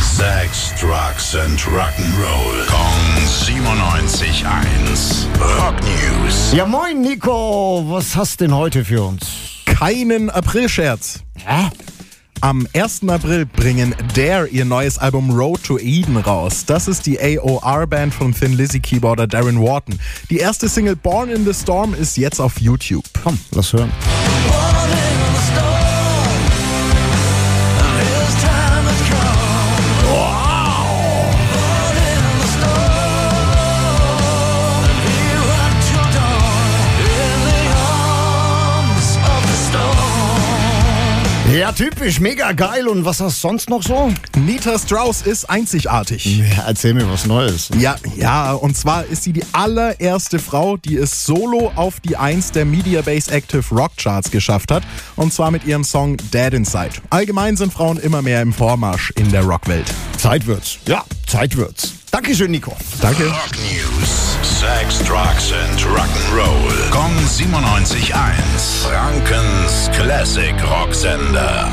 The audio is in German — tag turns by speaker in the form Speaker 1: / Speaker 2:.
Speaker 1: Sex, Drugs and Rock'n'Roll. Kong 97.1. Rock News.
Speaker 2: Ja, moin Nico, was hast denn heute für uns?
Speaker 3: keinen Aprilscherz.
Speaker 2: Hä?
Speaker 3: Am 1. April bringen Dare ihr neues Album Road to Eden raus. Das ist die AOR-Band von Thin Lizzy Keyboarder Darren Wharton. Die erste Single Born in the Storm ist jetzt auf YouTube.
Speaker 2: Komm, lass hören. Ja, typisch, mega geil. Und was hast du sonst noch so?
Speaker 3: Nita Strauss ist einzigartig.
Speaker 2: Ja, erzähl mir was Neues.
Speaker 3: Ja, ja, und zwar ist sie die allererste Frau, die es solo auf die 1 der Media Base Active Rock Charts geschafft hat. Und zwar mit ihrem Song Dead Inside. Allgemein sind Frauen immer mehr im Vormarsch in der Rockwelt.
Speaker 2: Zeit wird's. Ja, Zeit wird's. Dankeschön, Nico.
Speaker 3: Danke.
Speaker 1: Rock News. Sex, Drugs and Rock'n'Roll. Kong 97.1. Frankens Classic Rocksender.